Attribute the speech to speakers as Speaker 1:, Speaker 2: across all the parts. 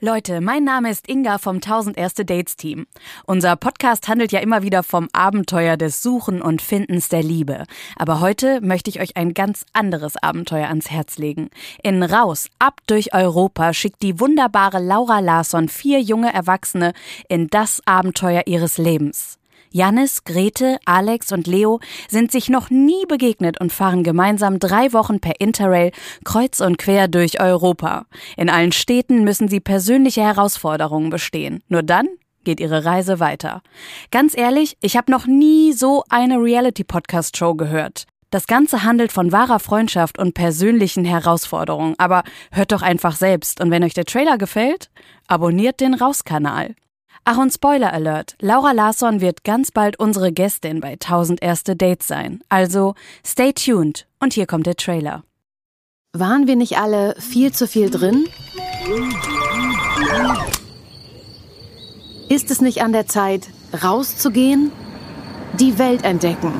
Speaker 1: Leute, mein Name ist Inga vom 1000 Erste Dates Team. Unser Podcast handelt ja immer wieder vom Abenteuer des Suchen und Findens der Liebe. Aber heute möchte ich euch ein ganz anderes Abenteuer ans Herz legen. In Raus, ab durch Europa schickt die wunderbare Laura Larsson vier junge Erwachsene in das Abenteuer ihres Lebens. Jannis, Grete, Alex und Leo sind sich noch nie begegnet und fahren gemeinsam drei Wochen per Interrail kreuz und quer durch Europa. In allen Städten müssen sie persönliche Herausforderungen bestehen. Nur dann geht ihre Reise weiter. Ganz ehrlich, ich habe noch nie so eine Reality-Podcast-Show gehört. Das Ganze handelt von wahrer Freundschaft und persönlichen Herausforderungen, aber hört doch einfach selbst und wenn euch der Trailer gefällt, abonniert den Raus-Kanal. Ach und Spoiler Alert, Laura Larsson wird ganz bald unsere Gästin bei 1000 erste Dates sein. Also stay tuned und hier kommt der Trailer.
Speaker 2: Waren wir nicht alle viel zu viel drin? Ist es nicht an der Zeit, rauszugehen? Die Welt entdecken.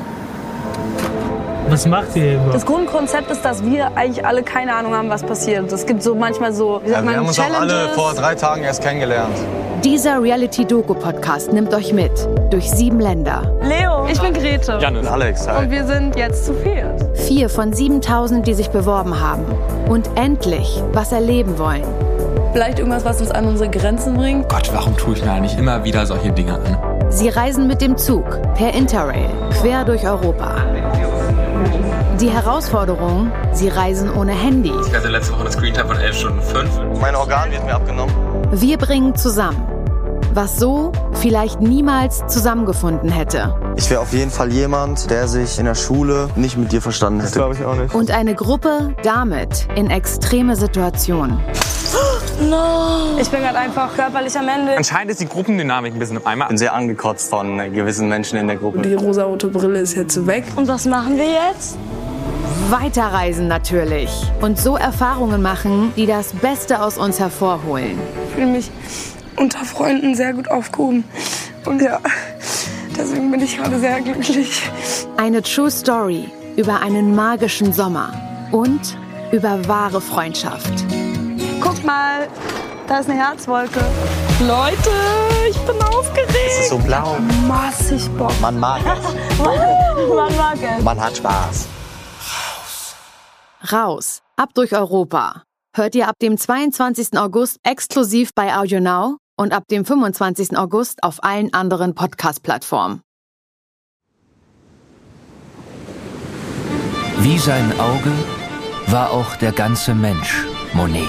Speaker 3: Was macht ihr
Speaker 4: Das
Speaker 3: überhaupt?
Speaker 4: Grundkonzept ist, dass wir eigentlich alle keine Ahnung haben, was passiert. Es gibt so manchmal so, wie sagt
Speaker 5: Ja,
Speaker 4: man,
Speaker 5: wir haben uns auch
Speaker 4: Challenges.
Speaker 5: alle vor drei Tagen erst kennengelernt.
Speaker 2: Dieser Reality-Doku-Podcast nimmt euch mit durch sieben Länder.
Speaker 4: Leo, ich bin Grete.
Speaker 5: Und Alex,
Speaker 4: Und
Speaker 5: halt.
Speaker 4: wir sind jetzt zu viert.
Speaker 2: Vier von 7000, die sich beworben haben. Und endlich was erleben wollen.
Speaker 6: Vielleicht irgendwas, was uns an unsere Grenzen bringt.
Speaker 7: Gott, warum tue ich mir eigentlich immer wieder solche Dinge an?
Speaker 2: Sie reisen mit dem Zug per Interrail quer durch Europa. Die Herausforderung, sie reisen ohne Handy.
Speaker 7: Ich hatte letzte Woche eine Screentime von 11 Stunden 5.
Speaker 5: Mein Organ wird mir abgenommen.
Speaker 2: Wir bringen zusammen, was so vielleicht niemals zusammengefunden hätte.
Speaker 8: Ich wäre auf jeden Fall jemand, der sich in der Schule nicht mit dir verstanden hätte.
Speaker 3: Glaube ich auch nicht.
Speaker 2: Und eine Gruppe damit in extreme Situationen.
Speaker 4: Ich bin gerade einfach körperlich am Ende.
Speaker 7: Anscheinend ist die Gruppendynamik ein bisschen im Eimer.
Speaker 8: Ich bin sehr angekotzt von äh, gewissen Menschen in der Gruppe.
Speaker 6: Die rosarote Brille ist jetzt weg.
Speaker 4: Und was machen wir jetzt?
Speaker 2: Weiterreisen natürlich und so Erfahrungen machen, die das Beste aus uns hervorholen.
Speaker 9: Ich fühle mich unter Freunden sehr gut aufgehoben. Und ja, deswegen bin ich gerade sehr glücklich.
Speaker 2: Eine True Story über einen magischen Sommer und über wahre Freundschaft.
Speaker 4: Guck mal, da ist eine Herzwolke. Leute, ich bin
Speaker 8: Es
Speaker 4: aufgeregt.
Speaker 8: ist so blau.
Speaker 4: Massig Bock.
Speaker 8: Man mag es.
Speaker 4: Man mag es.
Speaker 8: Man hat Spaß.
Speaker 2: Raus, ab durch Europa. Hört ihr ab dem 22. August exklusiv bei Audio Now und ab dem 25. August auf allen anderen Podcast-Plattformen.
Speaker 10: Wie sein Auge war auch der ganze Mensch Monet.